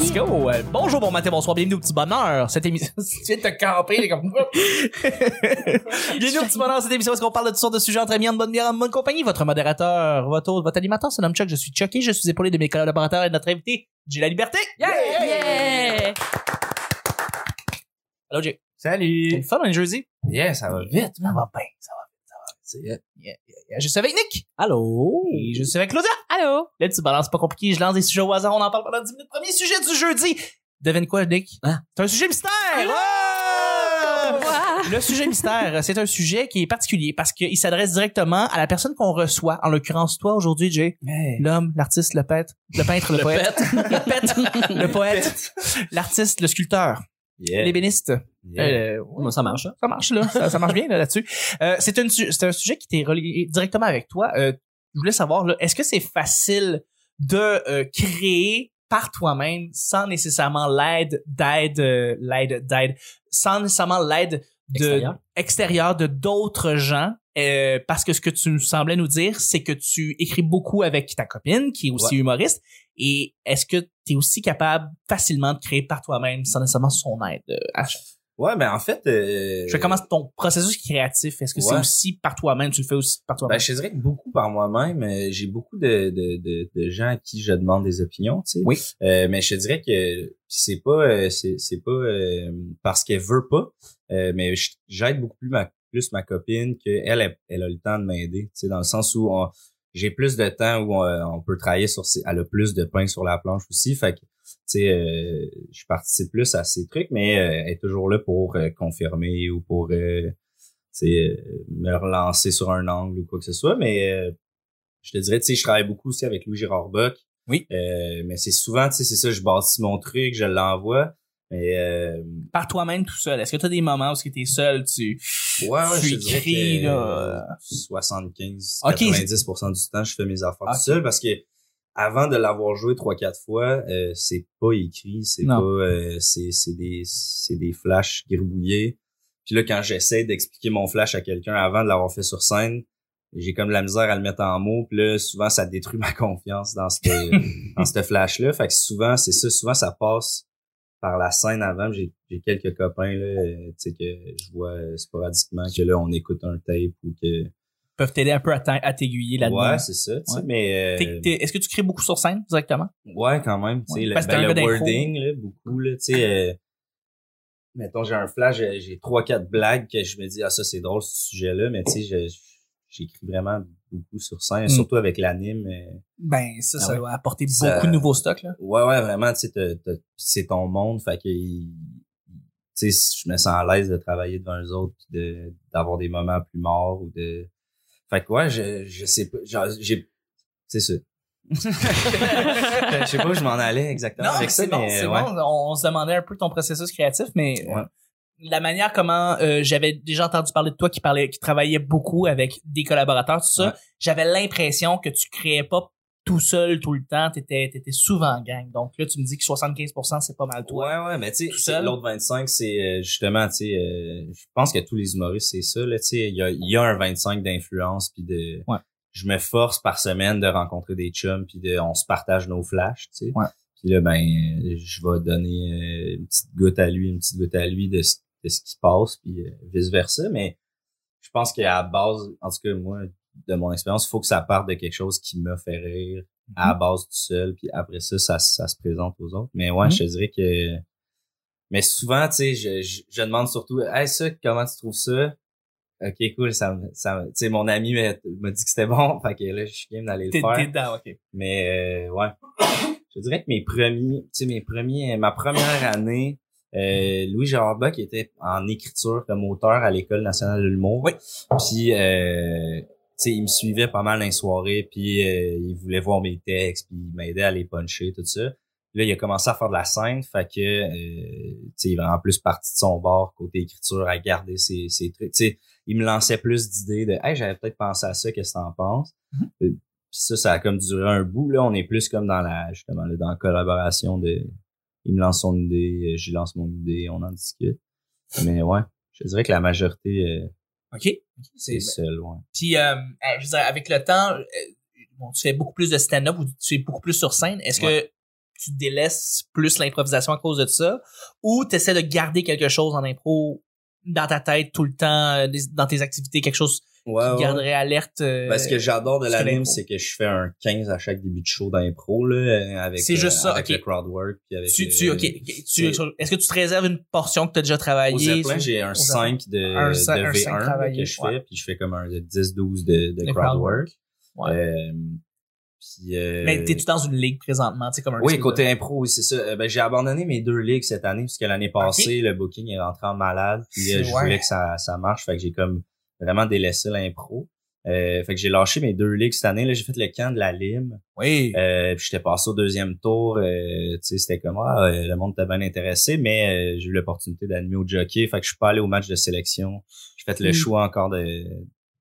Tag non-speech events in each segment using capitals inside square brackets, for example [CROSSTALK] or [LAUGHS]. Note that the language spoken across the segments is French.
Hello! Euh, Bonjour, bon matin, bonsoir, bienvenue au petit bonheur. Cette [LAUGHS] émission. tu viens de te camper, t'es comme. bienvenue au petit bonheur, cette émission parce qu'on parle de toutes sortes de sujets entre amis, en bonne bière, en bonne compagnie. Votre modérateur, votre hôte, votre animateur, c'est nomme Chuck, je suis Chucky, je suis épaulé de mes collaborateurs et de notre invité, J'ai la liberté. Yeah! Yeah! Hello, Jay. C'est le Salut! fun, on est jeudi. Yeah, ça va vite. Ça va bien, ça va C'est vite. bien. Euh, Je suis avec Nick. Allô? Et je suis avec Claudia. Allô? Là, tu balances pas compliqué, je lance des sujets au hasard, on en parle pendant 10 minutes. Premier sujet du jeudi. Devine quoi, Nick? Hein? C'est un sujet mystère! Ouais! Wow! Le sujet mystère, euh, c'est un sujet qui est particulier parce qu'il s'adresse directement à la personne qu'on reçoit, en l'occurrence toi aujourd'hui, Jay. Hey. L'homme, l'artiste, le pète, le peintre, le, poète, le [LAUGHS] pète, le poète, l'artiste, le sculpteur, Yeah. l'ébéniste. Yeah. Euh, ouais, ça marche. hein. ça marche là, ça, ça marche bien là, là-dessus. Euh, c'est une su- c'est un sujet qui t'est relié directement avec toi. Euh, je voulais savoir là, est-ce que c'est facile de euh, créer par toi-même sans nécessairement l'aide d'aide euh, l'aide d'aide sans nécessairement l'aide de Extérieur. extérieure de d'autres gens euh, parce que ce que tu semblais nous dire c'est que tu écris beaucoup avec ta copine qui est aussi humoriste et est-ce que tu es aussi capable facilement de créer par toi-même sans nécessairement son aide euh, à Ouais, mais en fait, euh, je fais comment ton processus créatif? Est-ce que c'est Ouais. aussi par toi-même? Tu le fais aussi par ben, toi-même? je te dirais que beaucoup par moi-même, euh, j'ai beaucoup de, de, de, de gens à qui je demande des opinions, tu sais. Oui. Euh, mais je te dirais que c'est pas, euh, c'est, c'est pas euh, parce qu'elle veut pas, euh, mais je- j'aide beaucoup plus ma, plus ma copine qu'elle, elle, elle a le temps de m'aider, tu sais, dans le sens où on- j'ai plus de temps où euh, on, on peut travailler sur ses, elle a plus de pain sur la planche aussi, fait que, tu sais, euh, je participe plus à ces trucs, mais euh, elle est toujours là pour euh, confirmer ou pour... euh, tu sais, euh, me relancer sur un angle ou quoi que ce soit, mais euh, je te dirais, tu sais, je travaille beaucoup aussi avec Louis Gérard Bock. Oui. Euh, mais c'est souvent, tu sais, c'est ça, je bâtis mon truc, je l'envoie. Mais euh, Par toi-même tout seul. Est-ce que tu as des moments où tu es seul, tu, ouais, ouais, tu je te dirais écris, que, là? euh, 75, Ok. Ah, 90% du temps, je fais mes affaires Ok. tout seul parce que avant de l'avoir joué trois quatre fois, euh, c'est pas écrit, c'est Non. pas, euh, c'est c'est des c'est des flashs gribouillés. Puis là, quand j'essaie d'expliquer mon flash à quelqu'un avant de l'avoir fait sur scène, j'ai comme de la misère à le mettre en mots. Puis là, souvent, ça détruit ma [LAUGHS] confiance [LAUGHS] dans ce dans ce flash là. Fait que souvent, c'est ça. Souvent, ça passe par la scène avant. J'ai j'ai quelques copains là, euh, tu sais que je vois euh, sporadiquement que là, on écoute un tape ou que peuvent t'aider un peu à t'en- à t'aiguiller là-dedans? ouais, c'est ça. tu sais, Ouais. Mais euh, T'es- t'es- Est-ce que tu crées beaucoup sur scène directement? Ouais, quand même. tu sais, Ouais, Le, parce que t'es ben, un gars le d'impro. wording, là, beaucoup. Là, tu sais, euh, mettons, j'ai un flash, j'ai j'ai trois, quatre blagues que je me dis, ah, ça, c'est drôle, ce sujet-là, mais tu sais, je- j'écris vraiment beaucoup sur scène, Mm. surtout avec l'anime. euh, Ben, ça, Ah ça ouais. va apporter Ça- beaucoup de nouveaux stocks, là. Ouais, ouais, vraiment, tu sais, t'as- t'as- c'est ton monde, fait que, il- tu sais, je me sens à l'aise de travailler devant eux autres, puis de- d'avoir des moments plus morts, ou de... Fait que, ouais, je, je sais pas, genre, j'ai... [LAUGHS] C'est ça. [LAUGHS] je sais pas où je m'en allais exactement avec ça, c'est bon, mais c'est ouais. bon. On, on se demandait un peu ton processus créatif, mais Ouais. euh, la manière comment euh, j'avais déjà entendu parler de toi qui parlait, qui travaillait beaucoup avec des collaborateurs, tout ça, Ouais. j'avais l'impression que tu créais pas tout seul tout le temps, t'étais étais souvent en gang. Donc là, tu me dis que 75%, c'est pas mal toi. Ouais, ouais, mais tu Tout sais, seul. l'autre 25, c'est euh, justement, tu sais, euh, je pense que tous les humoristes, c'est ça, là, tu sais, il y a, il y a un 25 d'influence, puis de... Ouais. Je me force par semaine de rencontrer des chums, puis de, on se partage nos flashs, tu sais. Ouais. Puis là, ben, euh, je vais donner euh, une petite goutte à lui, une petite goutte à lui de ce, de ce qui se passe, puis euh, vice-versa, mais je pense qu'à la base, en tout cas, moi, de mon expérience, il faut que ça parte de quelque chose qui me fait rire à Mhm. la base tout seul, puis après ça, ça, ça se présente aux autres. Mais ouais, Mhm. je te dirais que... Mais souvent, tu sais, je, je, je demande surtout, « Hey, ça, comment tu trouves ça? » Ok, cool, ça, me- ça, me- tu sais, mon ami m'a m'a dit que c'était bon, [LAUGHS] fait que là, je suis game d'aller le T'es faire. t'es dedans, ok. Mais euh, ouais. [COUGHS] Je dirais que mes premiers, tu sais, mes premiers, ma première année, euh, Louis Gérard Bock était en écriture comme auteur à l'École nationale de l'humour. Oui. Puis euh, tu sais, il me suivait pas mal dans les soirées, puis euh, il voulait voir mes textes, puis il m'aidait à les puncher, tout ça. Là, il a commencé à faire de la scène, fait que euh, tu sais, il est en plus parti de son bord côté écriture à garder ses, ses trucs. Tu sais, il me lançait plus d'idées de Hey, j'avais peut-être pensé à ça, qu'est-ce que t'en penses? Puis ça, ça a comme duré un bout. Là, on est plus comme dans la, justement, là, dans la collaboration de, il me lance son idée, euh, j'y lance mon idée, on en discute. Mais ouais, je dirais que la majorité, euh, Ok. c'est seul, ouais. Puis, euh, euh, je veux dire, avec le temps, euh, bon, tu fais beaucoup plus de stand-up ou tu es beaucoup plus sur scène. Est-ce tu délaisses plus l'improvisation à cause de ça, ou tu essaies de garder quelque chose en impro dans ta tête tout le temps, euh, des- dans tes activités, quelque chose Ouais, qui te ouais. garderait alerte. euh, Ben, ce que j'adore de c'est l'anime, l'impro. c'est que je fais un 15 à chaque début de show d'impro, là, euh, avec, C'est euh, juste ça, avec ok. le crowd work. Puis avec, tu, tu, euh, ok, tu, c'est- tu- est-ce que tu te réserves une portion que tu as déjà Au travaillée? Zeppelin, j'ai un au 5 de, Un de cin- un cinq V1 là, travaillé, que je fais, ouais. puis je fais comme un de 10-12 de, de Le crowd, crowd work. work, Euh, puis, euh, Mais t'es-tu dans une ligue présentement, tu sais, comme un Oui, petit- côté impro, oui, c'est ça. Euh, Ben, j'ai abandonné mes deux ligues cette année, parce que l'année passée, le booking est rentré en malade, puis euh, je Ouais. voulais que ça, ça marche, fait que j'ai comme vraiment délaissé l'impro. Euh, fait que j'ai lâché mes deux ligues cette année. Là, j'ai fait le camp de la Lime. Oui. Euh, puis j'étais passé au deuxième tour. euh, tu sais, c'était comme ah, euh, le monde était bien intéressé, mais euh, j'ai eu l'opportunité d'animer au jockey. Fait que je suis pas allé au match de sélection. J'ai fait Hmm. le Mm. choix encore de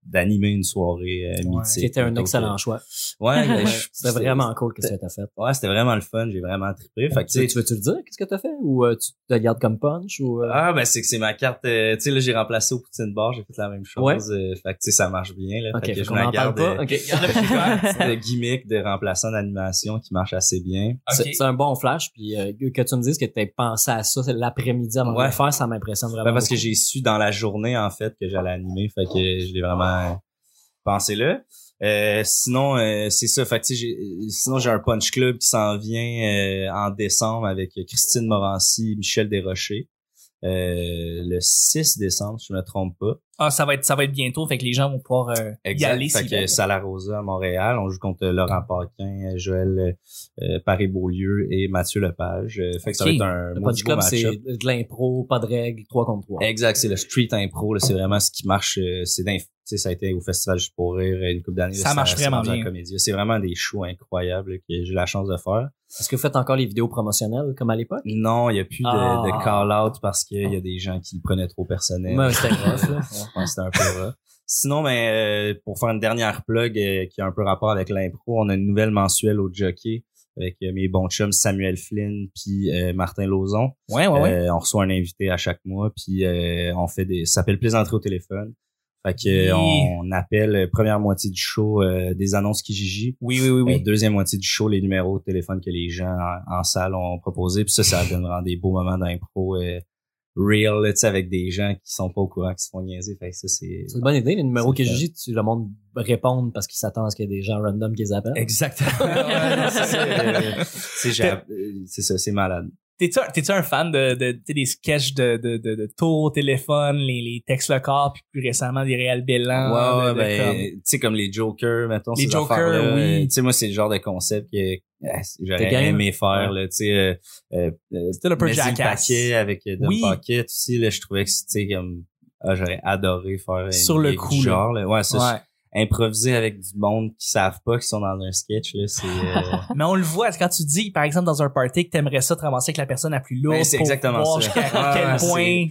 d'animer une soirée euh, Ouais. mythique. C'était un Donc, excellent euh, choix. Ouais, [LAUGHS] ben, je- C'était vraiment cool que ça t'a fait. Ouais, c'était vraiment le fun. J'ai vraiment trippé. Fait que, Tu, tu sais, veux- tu veux-tu le dire, qu'est-ce que t'as fait? Ou euh, tu te gardes comme punch? Ou, euh, Ah ben c'est que c'est ma carte. euh, tu sais là j'ai remplacé au poutine bar, j'ai fait la même chose. Ouais. euh, fait que tu sais ça marche bien là. ok, fait que fait je qu'on me la en parle garde. pas. euh, Ok. [LAUGHS] C'est le gimmick de remplaçant d'animation qui marche assez bien. C'est c'est un bon flash, puis euh, que tu me dises que t'as pensé à ça c'est l'après-midi avant de Ouais. le faire, ça m'impressionne vraiment. Ben, parce que beaucoup. j'ai su dans la journée en fait que j'allais animer, fait que je l'ai vraiment euh, pensé là. Euh, sinon euh, c'est ça, fait que, tu sais, j'ai- euh, sinon j'ai un punch club qui s'en vient euh, en décembre avec Christine Morancy, Michel Desrochers. Euh, le 6 décembre, si je me trompe pas. Ah, ça va être, ça va être bientôt, fait que les gens vont pouvoir euh, y Exact. aller. fait s'ils que veulent. Salarosa à Montréal, on joue contre euh, Laurent Paquin, Joël euh, Paris-Beaulieu et Mathieu Lepage. Euh, fait que ça va Ok. être un Le maudit Punch beau Club, c'est match-up. de l'impro, pas de règles, 3 contre 3. Exact, c'est le street impro, là, c'est vraiment ce qui marche. euh, C'est d'inf- tu sais, ça a été au Festival Juste pour rire euh, une couple d'années. Ça là, marche c'est vraiment rendu à bien. Comédia. C'est vraiment des shows incroyables là, que j'ai la chance de faire. Est-ce que vous faites encore les vidéos promotionnelles comme à l'époque? Non, il n'y a plus de, Ah. de call-out parce qu'il y a des gens qui le prenaient trop personnel. [LAUGHS] Ouais, c'était rough, là. Je pense que c'était un peu rough. Sinon, mais euh, pour faire une dernière plug euh, qui a un peu rapport avec l'impro, on a une nouvelle mensuelle au jockey avec euh, mes bons chums Samuel Flynn puis euh, Martin Lauzon. Ouais, Ah ouais, ouais. Euh, on reçoit un invité à chaque mois puis euh, on fait des ça s'appelle plaisanterie au téléphone. Fait que euh, Yeah. on appelle euh, première moitié du show euh, des annonces qui gigi. oui, oui, oui, oui. Euh, deuxième moitié du show, les numéros de téléphone que les gens en, en salle ont proposé. Puis ça, ça donnera des beaux moments d'impro euh, real, là, tu sais, avec des gens qui sont pas au courant, qui se font niaiser. Fait que ça, c'est... C'est une bonne idée, les numéros C'est que j'ai, tu le monde répondre parce qu'ils s'attendent à ce qu'il y ait des gens random qui les appellent. [LAUGHS] Exactement. Ouais, non, c'est- euh, c'est jap- euh, c'est ça, c'est malade. T'es-tu un, t'es-tu un fan de, de, tu sais, des sketchs de, de, de, de tour au téléphone, les, les textes le corps, puis plus récemment des réels bellants? ouais, ouais, de- de comme- ben, tu sais, comme les Jokers, mettons, Ah, Les ces Jokers, affaires-là, oui. euh, Tu sais, moi, c'est le genre de concept que euh, T'es j'aurais game? aimé faire, là, tu sais, euh, euh, euh, C'était un peu Messy jackass. Paquet avec euh, Don Oui. Paquet aussi, là, je trouvais que, tu sais, comme... ah, j'aurais adoré faire une Sur le gig du coup, là. genre là. ouais ça, Ouais. improviser avec du monde qui savent pas qu'ils sont dans un sketch là c'est euh, Mais on le voit, quand tu dis, par exemple, dans un party, que t'aimerais ça te ramasser avec la personne la plus lourde Ben, c'est pour exactement voir ça. jusqu'à Ah, quel c'est- point...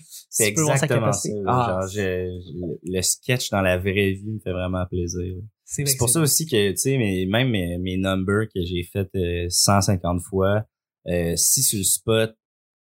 [LAUGHS] c'est Tu peux voir sa exactement ça capacité. là. Ah. genre je- je- le sketch dans la vraie vie me fait vraiment plaisir là. C'est Puis vrai c'est que pour ça aussi que tu sais mes, même mes, mes numbers que j'ai fait euh, 150 fois euh, si sur le spot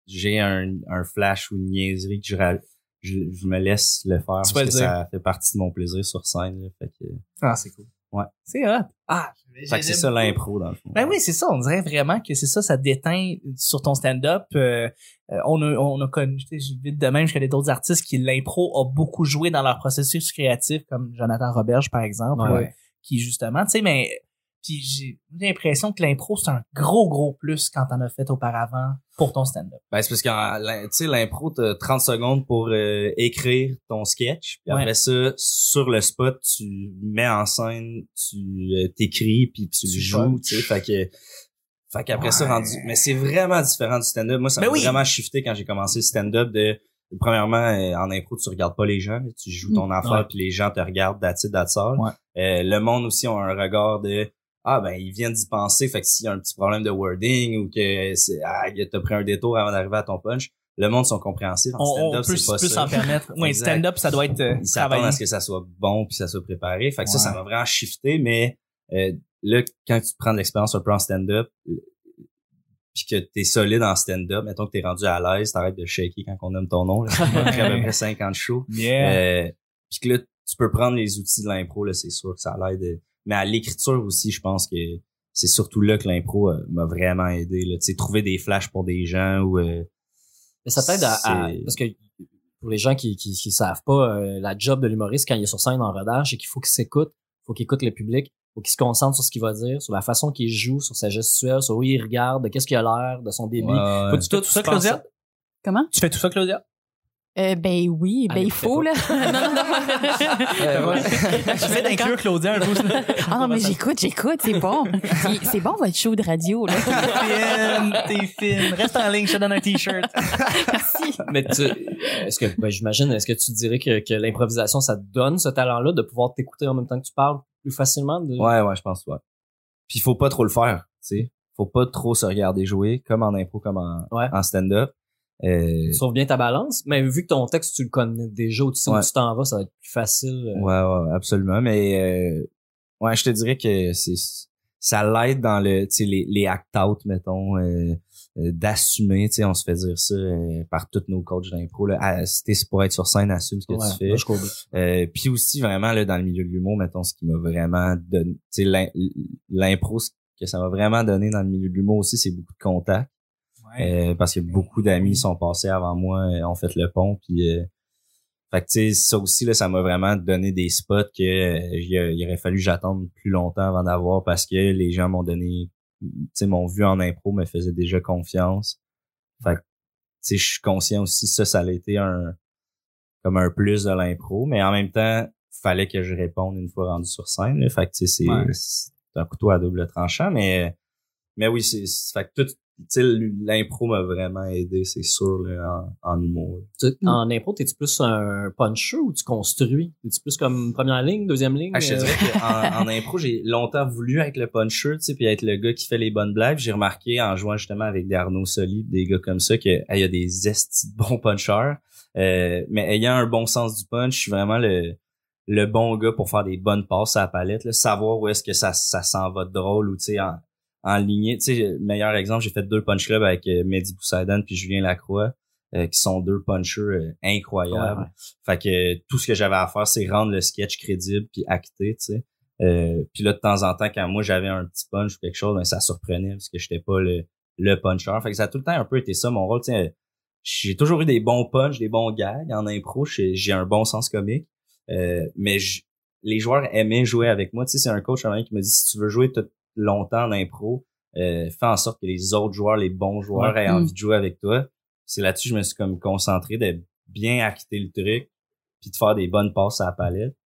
j'ai un, un flash ou une niaiserie que je, ra- je, je me laisse le faire Tu parce peux que le dire. ça fait partie de mon plaisir sur scène là. fait que, Ah, c'est cool. Ouais. C'est hot. Ah, fait que c'est ça l'impro dans le fond Ben oui, c'est ça. On dirait vraiment que c'est ça, ça déteint sur ton stand-up. Euh, euh, on, a, on a connu, tu sais, je- vite de même, je connais d'autres artistes qui l'impro a beaucoup joué dans leur processus créatif, comme Jonathan Roberge, par exemple, Ouais. euh, qui justement, tu sais, mais puis j'ai l'impression que l'impro, c'est un gros, gros plus quand t'en as fait auparavant pour ton stand-up. Ben, c'est parce que en- l'in- tu sais, l'impro, t'as 30 secondes pour euh, écrire ton sketch. Puis Ouais. après ça, sur le spot, tu mets en scène, tu euh, t'écris, puis tu, Tu le joues, punches. tu sais. Fait que, fait qu'après ça, Ouais. rendu, mais c'est vraiment différent du stand-up. Moi, ça Ben m'a oui. vraiment shifté quand j'ai commencé le stand-up de, premièrement, euh, en impro, tu regardes pas les gens, mais tu joues Mm. ton affaire, Ouais. puis les gens te regardent, that's it, that's all. Ouais. Euh, le monde aussi a un regard de, ah ben ils viennent d'y penser fait que s'il y a un petit problème de wording ou que c'est ah t'as pris un détour avant d'arriver à ton punch le monde sont compréhensifs en On, on stand-up peut c'est pas plus ça s'en permettre. Oui, Exact. stand-up, ça doit être euh, ils s'attendent travaillé. à ce que ça soit bon puis ça soit préparé fait que ça Ouais. ça m'a vraiment shifté mais euh, là quand tu prends de l'expérience un peu en stand-up euh, puis que t'es solide en stand-up mettons que t'es rendu à l'aise t'arrêtes de shaker quand on nomme ton nom là, après à [LAUGHS] peu près 50 shows Yeah. euh, puis que là, tu peux prendre les outils de l'impro, là, c'est sûr que ça l'aide. Mais à l'écriture aussi, je pense que c'est surtout là que l'impro euh, m'a vraiment aidé. Là. Tu sais, trouver des flashs pour des gens ou euh, Mais ça t'aide à, à- C'est- parce que pour les gens qui qui, qui savent pas euh, la job de l'humoriste quand il est sur scène en rodage, c'est qu'il faut qu'il s'écoute, faut qu'il écoute le public, faut qu'il se concentre sur ce qu'il va dire, sur la façon qu'il joue, sur sa gestuelle, sur où il regarde, de qu'est-ce qu'il a l'air, de son débit. ouais, Faut ouais. que tu- Toi, tout ça, tu penses Claudia? à- Comment? Tu fais tout ça, Claudia? Euh, ben oui, ben Allez, il faut, là. [LAUGHS] non, non, non. Euh, ouais. Je fais d'inclure Claudia [LAUGHS] un peu. Ah non, mais j'écoute, j'écoute, c'est bon. C'est- C'est bon votre show de radio, [LAUGHS] là. T'es fine, t'es fine. Reste en ligne, je te donne un t-shirt. Merci. Mais tu, est-ce que, ben, j'imagine, est-ce que tu dirais que, que l'improvisation, ça te donne ce talent-là de pouvoir t'écouter en même temps que tu parles plus facilement? De... ouais, ouais, je pense, ouais. Puis faut pas trop le faire, tu sais. Faut pas trop se regarder jouer, comme en impro, comme en, Ouais. en stand-up. Euh, Tu sauves bien ta balance, mais vu que ton texte, tu le connais déjà ou tu sais où Ouais. tu t'en vas, ça va être plus facile. euh, Ouais, ouais, absolument. Mais euh, ouais, je te dirais que c'est ça l'aide dans le, tu sais, les, les act-out, mettons, euh, euh, d'assumer, tu sais, on se fait dire ça euh, par tous nos coachs d'impro. là, Ah, Si t'es pour être sur scène, assume ce que ouais, tu fais. moi, je comprends. Euh, puis aussi vraiment là dans le milieu de l'humour mettons ce qui m'a vraiment donné tu sais l'im- l'impro ce que ça m'a vraiment donné dans le milieu de l'humour aussi c'est beaucoup de contacts euh, parce que beaucoup d'amis sont passés avant moi euh, ont fait le pont puis euh, fait que tu sais ça aussi là ça m'a vraiment donné des spots que euh, il a- il aurait fallu que j'attende plus longtemps avant d'avoir parce que les gens m'ont donné tu sais m'ont vu en impro me faisaient déjà confiance fait que tu sais je suis conscient aussi ça ça a été un comme un plus de l'impro, mais en même temps, fallait que je réponde une fois rendu sur scène. Là. Fait que, tu sais, c'est Ouais. c'est un couteau à double tranchant, mais, mais oui, c'est, c'est- fait que tout, tu sais, l'impro m'a vraiment aidé, c'est sûr, là, en, en humour. Tu- En impro, t'es-tu plus un puncher ou tu construis? T'es-tu plus comme première ligne, deuxième ligne? Ah, je te euh, dirais qu'en en impro, j'ai longtemps voulu être le puncher, tu sais, puis être le gars qui fait les bonnes blagues. J'ai remarqué en jouant justement avec des Arnaud Soli, des gars comme ça, que hey, il y a des estis de bons punchers. Euh, mais ayant un bon sens du punch, je suis vraiment le le bon gars pour faire des bonnes passes à la palette, là, savoir où est-ce que ça, ça s'en va de drôle ou tu sais en, en lignée. Tu sais, meilleur exemple, j'ai fait deux punch clubs avec euh, Mehdi Boussadan puis Julien Lacroix, euh, qui sont deux punchers euh, incroyables. Ouais, Fait que euh, tout ce que j'avais à faire, c'est rendre le sketch crédible puis acté, tu sais. Euh, puis là, de temps en temps, quand moi j'avais un petit punch ou quelque chose, ben, ça surprenait parce que j'étais pas le, le puncher. Fait que ça a tout le temps un peu été ça, mon rôle. Tu sais, j'ai toujours eu des bons punchs, des bons gags en impro. J'ai j'ai un bon sens comique. Euh, mais j- les joueurs aimaient jouer avec moi. Tu sais, c'est un coach à un moment donné qui me dit si tu veux jouer tout longtemps en impro, euh, fais en sorte que les autres joueurs, les bons joueurs, aient Mm. envie de jouer avec toi. C'est là-dessus que je me suis comme concentré de bien acquitter le truc, puis de faire des bonnes passes à la palette.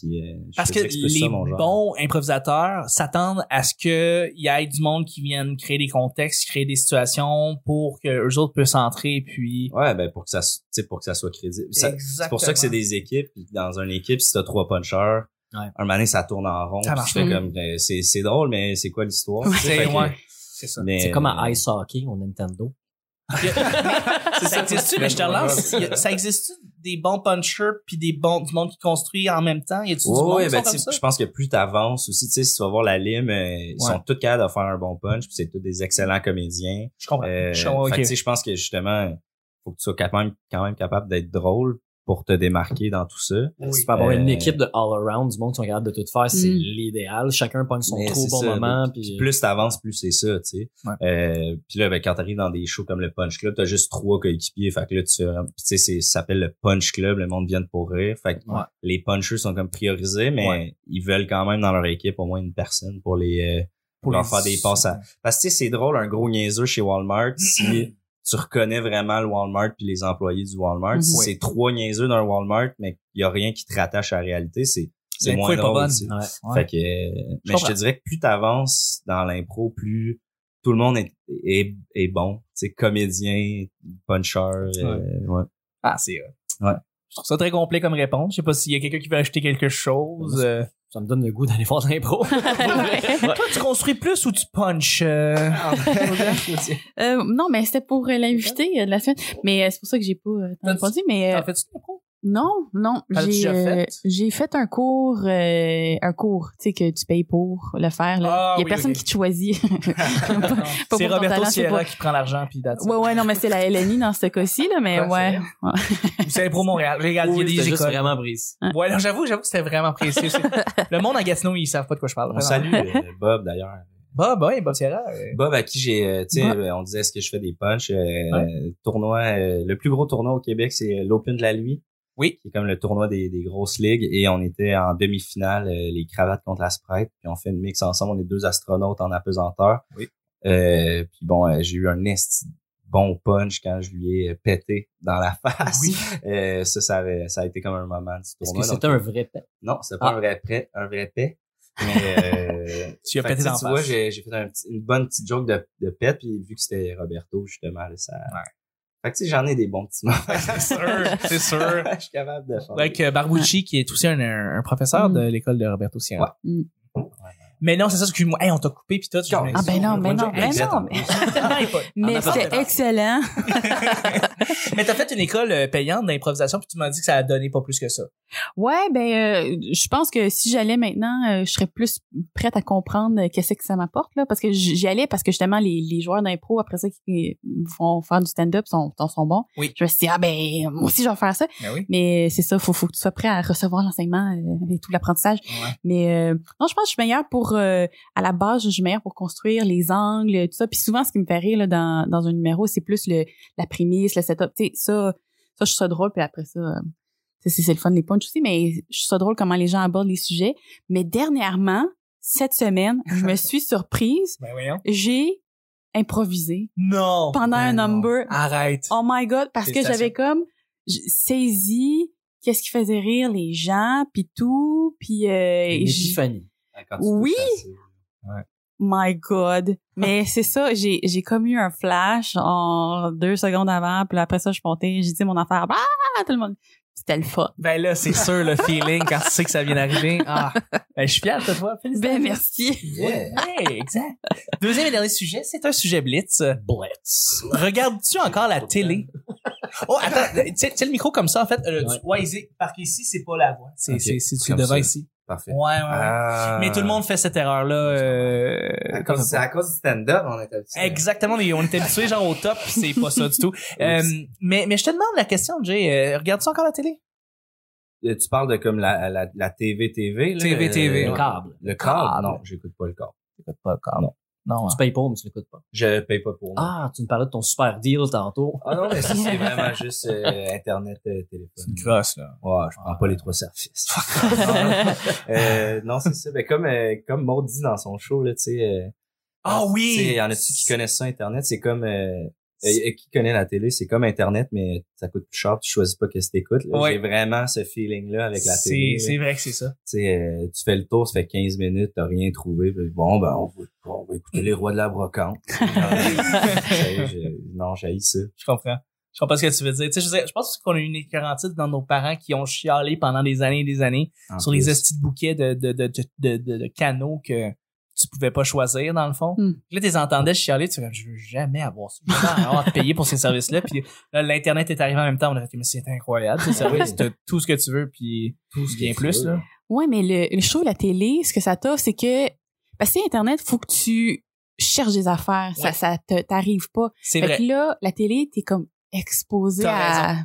Puis, euh, je Parce te que dirais c'est plus les ça, mon genre. bons improvisateurs s'attendent à ce qu'il y ait du monde qui vienne créer des contextes, créer des situations pour que eux autres puissent entrer puis. Ouais, ben pour que ça, s- tu sais, pour que ça soit crédible. Ça- C'est pour ça que c'est des équipes. Puis dans une équipe, si t'as trois punchers, Ouais. un moment donné, ça tourne en rond. Ça puis marche tu fais pas. comme, euh, c'est, c'est drôle, mais c'est quoi l'histoire? Ouais. tu sais, fait que- Ouais, c'est ça. mais- C'est comme à ice hockey au Nintendo. [LAUGHS] ça existe-tu? Mais je te relance. y a- Ça existe-tu des bons punchers puis des bons du monde qui construit en même temps? Y a-tu du Ouais, monde ouais, qui ben, sont comme tu sais, ça? je pense que plus t'avances aussi, tu sais, si tu vas voir la lime, euh, ils sont tous capables de faire un bon punch, puis c'est tous des excellents comédiens. Je comprends. Euh, Je comprends, fait que, ok. tu sais, je pense que justement, faut que tu sois quand même, quand même capable d'être drôle pour te démarquer dans tout ça. Tu peux avoir Euh, une équipe de all-around du monde qui sont capables de tout faire, c'est Mm. l'idéal. Chacun pogne son Mais trop c'est bon ça, moment. mais- Puis, Plus t'avances, plus c'est ça, tu sais. Ouais. Euh, puis là, ben, quand t'arrives dans des shows comme le Punch Club, t'as juste trois coéquipiers. Fait que là, tu fais vraiment- puis tu sais, c'est- ça s'appelle le Punch Club, le monde vient de pour rire. Fait que Ouais. les punchers sont comme priorisés, mais Ouais. ils veulent quand même dans leur équipe au moins une personne pour les, euh, pour leur les- faire des passes à... Parce que tu sais, c'est drôle, un gros niaiseux chez Walmart, [CLEARS THROAT] si tu reconnais vraiment le Walmart puis les employés du Walmart, Mhm. si Oui. c'est trois niaiseux d'un Walmart, mais il y a rien qui te rattache à la réalité, c'est c'est L'impro moins est pas drôle. bonne. tu sais. Ouais. Fait que, euh, mais je comprends. te dirais que plus t'avances dans l'impro, plus tout le monde est, est, est bon. Tu sais, comédien, puncher. euh, ouais. Ah, c'est euh, Ouais. Je trouve ça très complet comme réponse. Je sais pas s'il y a quelqu'un qui veut acheter quelque chose. euh. Ça me donne le goût d'aller [LAUGHS] voir de l'impro. Toi, tu construis plus ou tu punches? euh? [LAUGHS] Euh, non, mais c'était pour euh, l'invité euh, de la semaine. Mais euh, c'est pour ça que j'ai pas euh, tant T'as- répondu. Mais euh, T'en fais-tu des pros? non, non, T'en as j'ai déjà euh, fait? j'ai fait un cours, euh, un cours, tu sais que tu payes pour le faire. Là. Ah, Il y a oui, personne ok. qui te choisit. [LAUGHS] Non. pour Ah. C'est ton Roberto talent, c'est Sierra pas- qui prend l'argent puis that's it. ouais, ouais, non, mais c'est la LNI dans ce cas-ci là, mais Ouais, ouais. Ou C'est Impro Montréal. Regarde, il y a Cool, des c'était juste écoles. vraiment brise. Ouais, [LAUGHS] non, j'avoue, j'avoue que c'était vraiment précieux. C'est- Le monde à Gatineau, ils savent pas de quoi je parle. On [LAUGHS] Vraiment. salue euh, Bob d'ailleurs. Bob, oui, Bob Sierra. euh, Bob, à qui j'ai, euh, tu sais, euh, on disait est-ce que je fais des punchs. euh, Tournoi, euh, le plus gros tournoi au Québec, c'est euh, l'Open de la Nuit. Oui. Qui est comme le tournoi des, des grosses ligues. Et on était en demi-finale, euh, les cravates contre la Sprite. Puis on fait une mix ensemble. On est deux astronautes en apesanteur. Oui. Euh, puis bon, euh, j'ai eu un esti de bon punch quand je lui ai euh, pété dans la [LAUGHS] face. Oui. Euh, ça, ça, avait- ça a été comme un moment du Est-ce tournoi. que Donc, c'était un vrai pet? non, c'est pas Ah. un vrai prêt, un vrai paix. Mais euh, Tu as fait que, pété tu dans sais, Tu vois, face. j'ai j'ai fait un petit- une bonne petite joke de, de pet, puis vu que c'était Roberto, justement, là, ça. Fait que tu sais, j'en ai des bons petits moments. [LAUGHS] C'est sûr, c'est sûr. Je suis capable de faire. Avec euh, Barbucci, qui est aussi un, un- un professeur Mm. de l'école de Roberto Sierra. Ouais. Mm. Mais non, c'est ça, excuse-moi. Hey, on t'a coupé, puis toi, tu Ah, voulais- Ah ben non, Bonne mais non, journée, mais Lisette, non. en mais- Tellement hypo- en Mais apportant. c'était excellent. [LAUGHS] Mais t'as fait une école euh, payante d'improvisation, puis tu m'as dit que ça a donné pas plus que ça. Ouais, ben euh, je pense que si j'allais maintenant, euh, je serais plus prête à comprendre euh, qu'est-ce que ça m'apporte là, parce que j- j'y allais parce que justement les, les joueurs d'impro après ça qui euh, vont faire du stand-up sont sont bons. Oui. Je me suis dit, ah ben moi aussi je vais faire ça, Ben oui. mais c'est ça, faut faut que tu sois prêt à recevoir l'enseignement euh, et tout l'apprentissage. Ouais. Mais euh, non, je pense que je suis meilleure pour euh, à la base, je suis meilleure pour construire les angles, tout ça. Puis souvent, ce qui me fait rire là, dans, dans un numéro, c'est plus le la prémisse, le setup. Tu sais, ça, ça, je trouve ça drôle. Puis après ça, euh, tu sais, c'est c'est le fun des punchs aussi. Mais je trouve ça drôle comment les gens abordent les sujets. Mais dernièrement, cette semaine, je me suis surprise. Ben voyons. J'ai improvisé Non! pendant un Ben non. number. Arrête. Oh my god, parce que Félicitations. j'avais comme j- saisi qu'est-ce qui faisait rire les gens, puis tout, puis euh, Une j- épiphanie. hein, Quand tu touches Oui. à ça. My God. [LAUGHS] Mais c'est ça, j'ai, j'ai comme eu un flash en deux secondes avant, puis après ça, je montais, j'ai dit mon affaire, ah, tout le monde. C'était le fun. Ben là, c'est sûr, le feeling, quand tu sais que ça vient d'arriver. Ah, ben je suis fier de toi. Félicitations. Ben, merci. Yeah. Ouais, exact. Deuxième et dernier sujet, c'est un sujet blitz. Blitz. Regardes-tu encore la télé? Oh, attends, tu sais tu sais, le micro comme ça, en fait. euh, tu- ouais, ici, parce qu'ici, c'est pas la voix. C'est Ok, c'est c'est tu comme devant ça. ici. Parfait. Ouais, ouais. ouais. Ah. Mais tout le monde fait cette erreur-là. euh, À comme- cause, c'est à cause du stand-up, on est habitué. Exactement, on est- on est habitué genre au top, puis c'est pas ça du tout. Euh, mais, mais je te demande la question, Jay, euh, regardes-tu encore la télé? Euh, Tu parles de comme la, la, la TV-TV. là, TV, euh, TV, le Le ouais. câble. Le corps. Ah, Câble. Non, j'écoute pas le corps. Pas encore, non. Non, hein. Tu payes pas, mais tu l'écoutes pas. Je paye pas pour moi. Ah, tu me parlais de ton super deal tantôt. Ah non, mais ça, [LAUGHS] c'est vraiment juste euh, Internet, euh, téléphone. grosse, là. Ouais, je prends pas les trois services. [LAUGHS] non, euh, non, c'est ça. Mais comme, euh, comme Maud dit dans son show, là, tu sais. euh, Ah tu sais, oui! y en a-tu qui connaissent ça, Internet? C'est comme, euh, euh, euh, qui connaît la télé? C'est comme Internet, mais ça coûte plus cher, tu choisis pas qu'est-ce que t'écoutes. là. Ouais. J'ai vraiment ce feeling-là avec la C'est- télé. C'est là. vrai que c'est ça. Tu sais, euh, tu fais le tour, ça fait 15 minutes, t'as rien trouvé. puis bon, ben, on va, on va écouter les rois de la brocante. [LAUGHS] Ça, je- non, j'ai ça. Je comprends. Je comprends ce que tu veux dire. Tu sais, je, veux dire, je pense qu'on a une écœurantite dans nos parents qui ont chialé pendant des années et des années En sur plus. les estis de bouquets de, de, de, de, de, de- de canaux que tu pouvais pas choisir, dans le fond. Mm. Là, tu les entendais chialer, tu fais comme, je veux jamais avoir ça. Je veux jamais avoir à te payer pour ces services-là. Puis là, l'Internet est arrivé en même temps. On a fait, mais c'est incroyable, ces services. T'as tout ce que tu veux, puis tout ce qui est Ah tu plus, veux. là. Ouais, mais le, le show, la télé, ce que ça t'offre, c'est que, parce que Internet, faut que tu cherches des affaires. Ça, Ouais. ça te- t'arrive pas. C'est Fait vrai. que là, la télé, t'es comme exposé T'as à,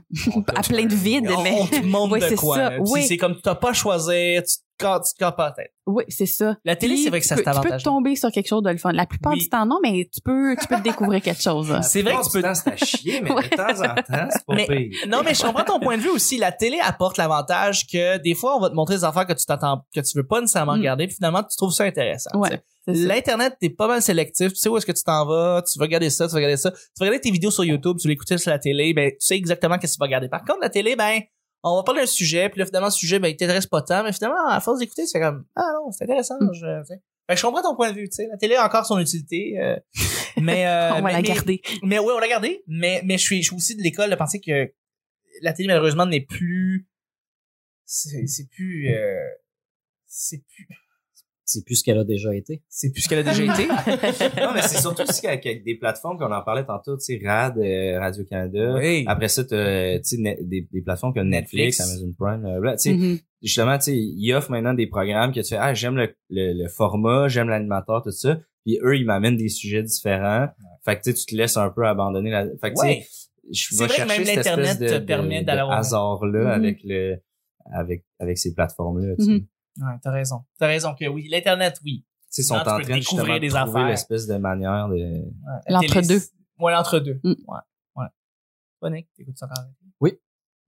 à plein de vide, On, mais. on te montre Oui, de c'est quoi. ça. là. Tu sais, Oui. C'est comme, t'as pas à choisir, tu te casses tu te casses pas la tête. Oui, c'est ça. La télé, Puis c'est vrai que ça tu c'est peux, tu peux avantageux. tomber sur quelque chose de le fun. La plupart Oui. du temps, non, mais tu peux, tu peux te découvrir quelque chose. [LAUGHS] là. C'est vrai La que tu peux plupart du temps, c'est à chier, mais Ouais. de temps en temps, c'est pas Mais- pire. Non, mais je comprends ton point de vue aussi. La télé apporte l'avantage que des fois, on va te montrer des affaires que tu t'attends, que tu veux pas nécessairement Mm. regarder, puis finalement, tu trouves ça intéressant. Ouais, tu sais. c'est ça. L'Internet, t'es pas mal sélectif. Tu sais où est-ce que tu t'en vas, tu vas regarder ça, tu vas regarder ça. Tu vas regarder tes vidéos sur YouTube, tu l'écoutais sur la télé, ben, tu sais exactement qu'est-ce que tu vas regarder. Par contre, la télé, ben, on va parler d'un sujet, puis là, finalement, le sujet, ben, il t'intéresse pas tant, mais finalement, à force d'écouter, tu fais comme, ah non, c'est intéressant, Mm. je, tu sais. Ben, je comprends ton point de vue, tu sais. La télé a encore son utilité, [LAUGHS] euh, mais, euh, On va mais- la mais- garder. mais oui, on l'a gardé. Mais, mais je, suis, je suis aussi de l'école de penser que la télé, malheureusement, n'est plus. C'est c'est plus. euh, c'est plus. C'est plus ce qu'elle a déjà été. C'est plus ce qu'elle a déjà [LAUGHS] été. Non, mais c'est surtout aussi qu'avec avec des plateformes qu'on en parlait tantôt, tu sais, RAD, euh, Radio-Canada. Oui. Après ça, t'as, tu sais, Net- des, des plateformes comme Netflix, Netflix. Amazon Prime, euh, voilà, tu sais, Mhm. justement, tu sais, ils offrent maintenant des programmes que tu fais, ah, j'aime le, le, le format, j'aime l'animateur, tout ça. Puis eux, ils m'amènent des sujets différents. Fait que tu sais, tu te laisses un peu abandonner la, fait que tu sais, Ouais. je C'est vais vrai que chercher même cette espèce l'Internet de- te de- permet de d'avoir- hasard-là Mhm. avec Mm-hmm. le, avec, avec ces plateformes-là, tu sais. Mhm. Ouais, t'as raison. T'as raison que oui. L'Internet, oui. sais, sont Non, en tu train peux justement découvrir des de trouver affaires. l'espèce de manière de... L'entre-deux. Ouais, l'entre-deux. Mm. Ouais. Ouais. Bon, Nick, t'écoutes ça quand même.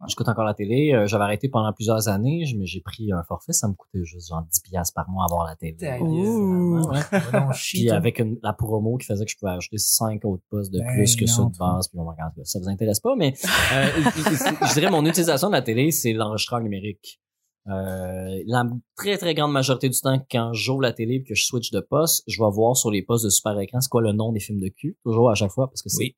J'écoute encore la télé. euh, J'avais arrêté pendant plusieurs années, je- mais j'ai pris un forfait. Ça me coûtait juste genre 10$ piastres par mois à avoir la télé. Ta gueule. Ouh. Ouais, ouais. Ouais, non, chie, Puis toi. avec une- la promo qui faisait que je pouvais acheter cinq autres postes de Ben plus que ça non, de base. Puis bon, regarde, ça vous intéresse pas, mais [LAUGHS] euh, je dirais mon utilisation de la télé, c'est l'enregistreur numérique. Euh, la très très grande majorité du temps, quand j'ouvre la télé et que je switch de poste, je vais voir sur les postes de super écran c'est quoi le nom des films de cul, toujours à chaque fois parce que c'est Oui.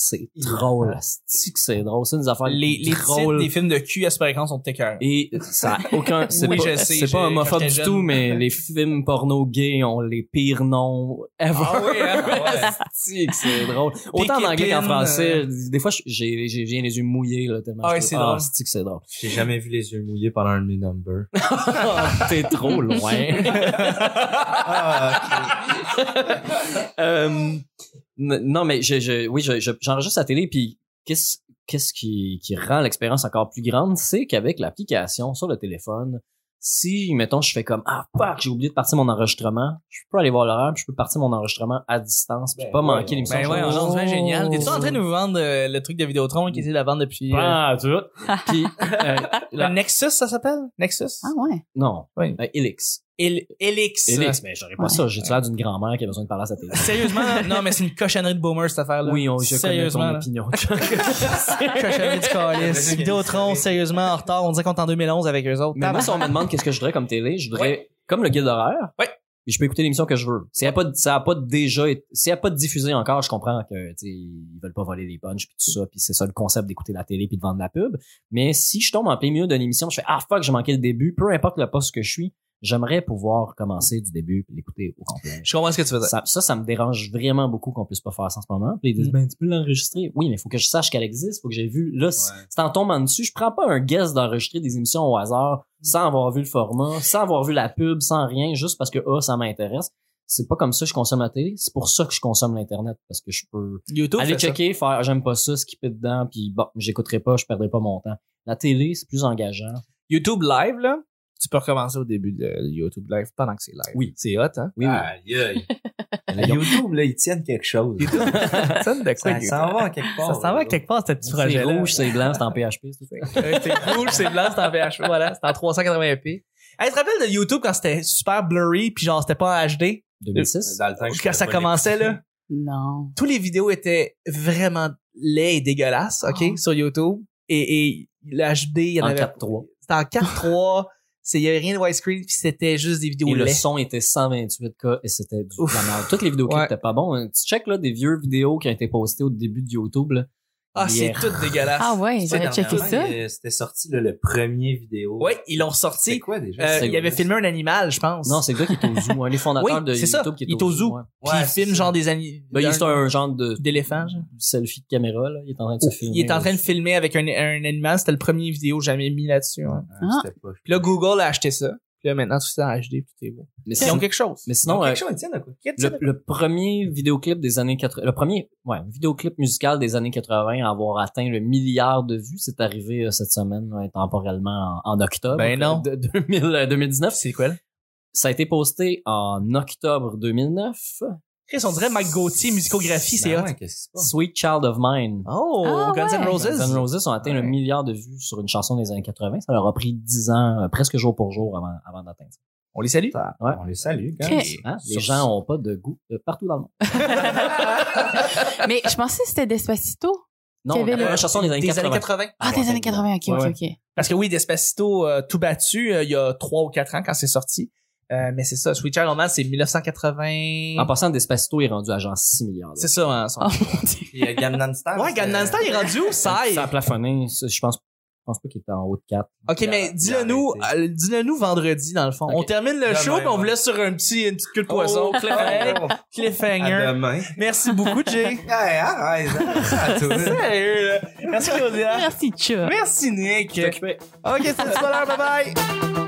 c'est drôle, c'est que c'est drôle, c'est des affaires les, les titres drôles. des films de cul à Super Écran sont écœurants. Et ça a aucun, c'est Oui, je pas, sais, c'est pas j'ai- homophobe quand du j'étais tout, jeune. mais les films porno gays ont les pires noms ever. Ah oui, hein? [LAUGHS] Ah ouais. [LAUGHS] Asti que c'est drôle. Autant en anglais qu'en Pin, français. euh, Des fois, j'ai, j'ai, j'ai les yeux mouillés, là, tellement. Ah je ouais, trouve- c'est drôle. asti que c'est drôle. J'ai jamais vu les yeux mouillés pendant un de mes numbers. [LAUGHS] Ah. T'es trop [LAUGHS] loin. Ah, Euh, n- non, mais je, je, oui, je, je- j'enregistre la télé, puis qu'est-ce, qu'est-ce qui, qui rend l'expérience encore plus grande, c'est qu'avec l'application sur le téléphone, si, mettons, je fais comme Ah, fuck, j'ai oublié de partir mon enregistrement, je peux aller voir l'horaire, puis je peux partir mon enregistrement à distance, puis Ben, pas ouais, manquer ouais. l'émission. Ben ouais, Je- on c'est génial. T'es-tu en train de Oh. nous vendre euh, le truc de Vidéotron qui essaie de la vendre depuis... euh, Ah, tu vois. [LAUGHS] Puis, euh, le Nexus, ça s'appelle? Nexus? Ah ouais. non, Oui. euh, Elix. El- Elix. Elix, mais j'aurais pas Ouais. ça. J'ai l'air d'une grand-mère qui a besoin de parler à [LAUGHS] sa télé. Sérieusement, là, non, mais c'est une cochonnerie de boomer, cette affaire-là. Oui, on, je connais ton Sérieusement, [LAUGHS] là. opinion. Cochonnerie du calice. Vas-y, Vidéotron, vas-y. sérieusement, en retard. On dirait qu'on est en 2011 avec eux autres. Mais moi, si on me demande qu'est-ce que je voudrais comme télé, je voudrais, comme le guide horaire, Ouais. puis je peux écouter l'émission que je veux. Si elle a pas, de- ça a pas déjà, été- si elle a pas de diffusé encore, je comprends que, tu sais, ils veulent pas voler les punchs puis tout ça, puis c'est ça le concept d'écouter la télé puis de vendre la pub. Mais si je tombe en plein milieu d'une émission, je fais ah fuck, j'ai manqué le début, peu importe le poste que je suis, j'aimerais pouvoir commencer du début puis l'écouter au complet. Je comprends ce que tu veux dire. Ça, ça, ça me dérange vraiment beaucoup qu'on puisse pas faire ça en ce moment. Puis ils disent, Mm. ben, tu peux l'enregistrer. Oui, mais il faut que je sache qu'elle existe. faut que j'ai vu. Là, si Ouais. si t'en tombes en dessus, je prends pas un guess d'enregistrer des émissions au hasard sans avoir vu le format, sans avoir vu la pub, sans rien, juste parce que, ah, ça m'intéresse. C'est pas comme ça que je consomme la télé. C'est pour ça que je consomme l'Internet, parce que je peux YouTube, aller fait ça. checker, faire, ah, j'aime pas ça, skipper dedans, puis bon, j'écouterai pas, je perdrai pas mon temps. La télé, c'est plus engageant. YouTube Live, là, tu peux recommencer au début de YouTube Live pendant que c'est live. Oui. C'est hot, hein? Oui, oui. Aïe, aïe. À YouTube, là, ils tiennent quelque chose. [LAUGHS] Ça me découvre. Ça s'en va à quelque part. Ça s'en va à quelque part, ce petit [LAUGHS] C'est projet-là. rouge, c'est blanc, c'est en PHP. c'est tout. Euh, [LAUGHS] c'est rouge, c'est blanc, c'est en VHP, voilà. C'est en 380p. Hey, tu te rappelles de YouTube quand c'était super blurry puis genre c'était pas en HD? 2006. Dans le temps que je Quand ça pouvais pas commençait, l'écouter. [LAUGHS] là? Non. Tous les vidéos étaient vraiment laides et dégueulasses, OK, Oh. sur YouTube. Et, et le HD, il y en, Ah. En avait... 4.3. C'était en 4.3. [LAUGHS] c'est- Il y avait rien de widescreen puis c'était juste des vidéos Et le laides. son était 128K et c'était du Ouf. de la merde. Toutes les vidéos qui Ouais. étaient pas bon. Tu check là des vieux vidéos qui ont été postées au début de YouTube. Là. Ah, c'est Yeah. tout dégueulasse. Ah ouais, C'est j'aurais dernièrement, checké ça. Dernièrement, il- euh, C'était sorti, là, le premier vidéo. Ouais, ils l'ont C'est ressorti. quoi, déjà? Euh, c'est- il avait filmé un animal, je pense. Non, c'est le gars qui est au zoo. Un des fondateurs Oui, de c'est YouTube ça. qui est, Il est au zoo. ouais. Puis Ouais, il c'est filme ça. genre des animaux. Ben, il est un genre de d'éléphant, genre. selfie de caméra. Là. Il est en train de se filmer. Il est en train de filmer avec un, un animal. C'était le premier vidéo jamais mis là-dessus. ouais. Ah, c'était pas- Puis là, Google a acheté ça. Puis là, maintenant, tout ça en HD, puis tout est beau. Mais Ils ont sinon, quelque chose. mais sinon, euh, Quelque chose, ils tiennent à quoi? Qu'est-ce que le, c'est? le premier vidéoclip des années 80, le premier ouais, vidéoclip musical des années 80 à avoir atteint le milliard de vues, c'est arrivé euh, cette semaine, ouais, temporellement en, en octobre Ben non. de 2000, euh, 2019. C'est quoi, là? Ça a été posté en octobre 2009. Chris, on dirait Mike Gauthier, musicographie, c'est Ben hot. ouais, qu'est-ce qui se passe? Sweet Child of Mine. Oh, Ah, Guns N' ouais. Roses. Guns N' Roses ont atteint le Ouais. milliard de vues sur une chanson des années 80. Ça leur a pris 10 ans, euh, presque jour pour jour, avant, avant d'atteindre ça. On les salue. Ouais. On les salue, quand Ok. Hein? Les Sur- gens ont pas de goût euh, partout dans le monde. Mais je pensais que c'était Despacito. Non, Qu'il y la avait le- première chanson des années Des 80. années 80. Ah, des années 80. Ok, ok, ok. Parce que oui, Despacito, euh, tout battu, euh, il y a 3 ou 4 ans quand c'est sorti. Euh, mais c'est ça, Sweet Child O' Mine, c'est 1980. En passant, Despacito est rendu à genre 6 milliards. C'est ça, hein, son- Oh mon dieu. Puis euh, Gangnam Ah, Style. Ouais, Gangnam Style, il est rendu où? [LAUGHS] ça. 16. Ça a plafonné. Ça, Je pense, je pense pas qu'il était en haut de 4. Ok, Il a- mais il a dis-le-nous, arrêté. euh, dis-le-nous vendredi, dans le fond. Ok. Oh, On termine le Demain, show, puis on ouais. vous laisse sur un petit, une petite queue de poisson. Oh. Cliffhanger. À Cliffhanger. demain. Merci beaucoup, [LAUGHS] Jay. Hey, arrête, arrête, toi. Sérieux, là. Merci, Claudia. Merci, Chuck. Merci, Nick. T'occupé. Ok, c'est tout à l'heure. Bye bye.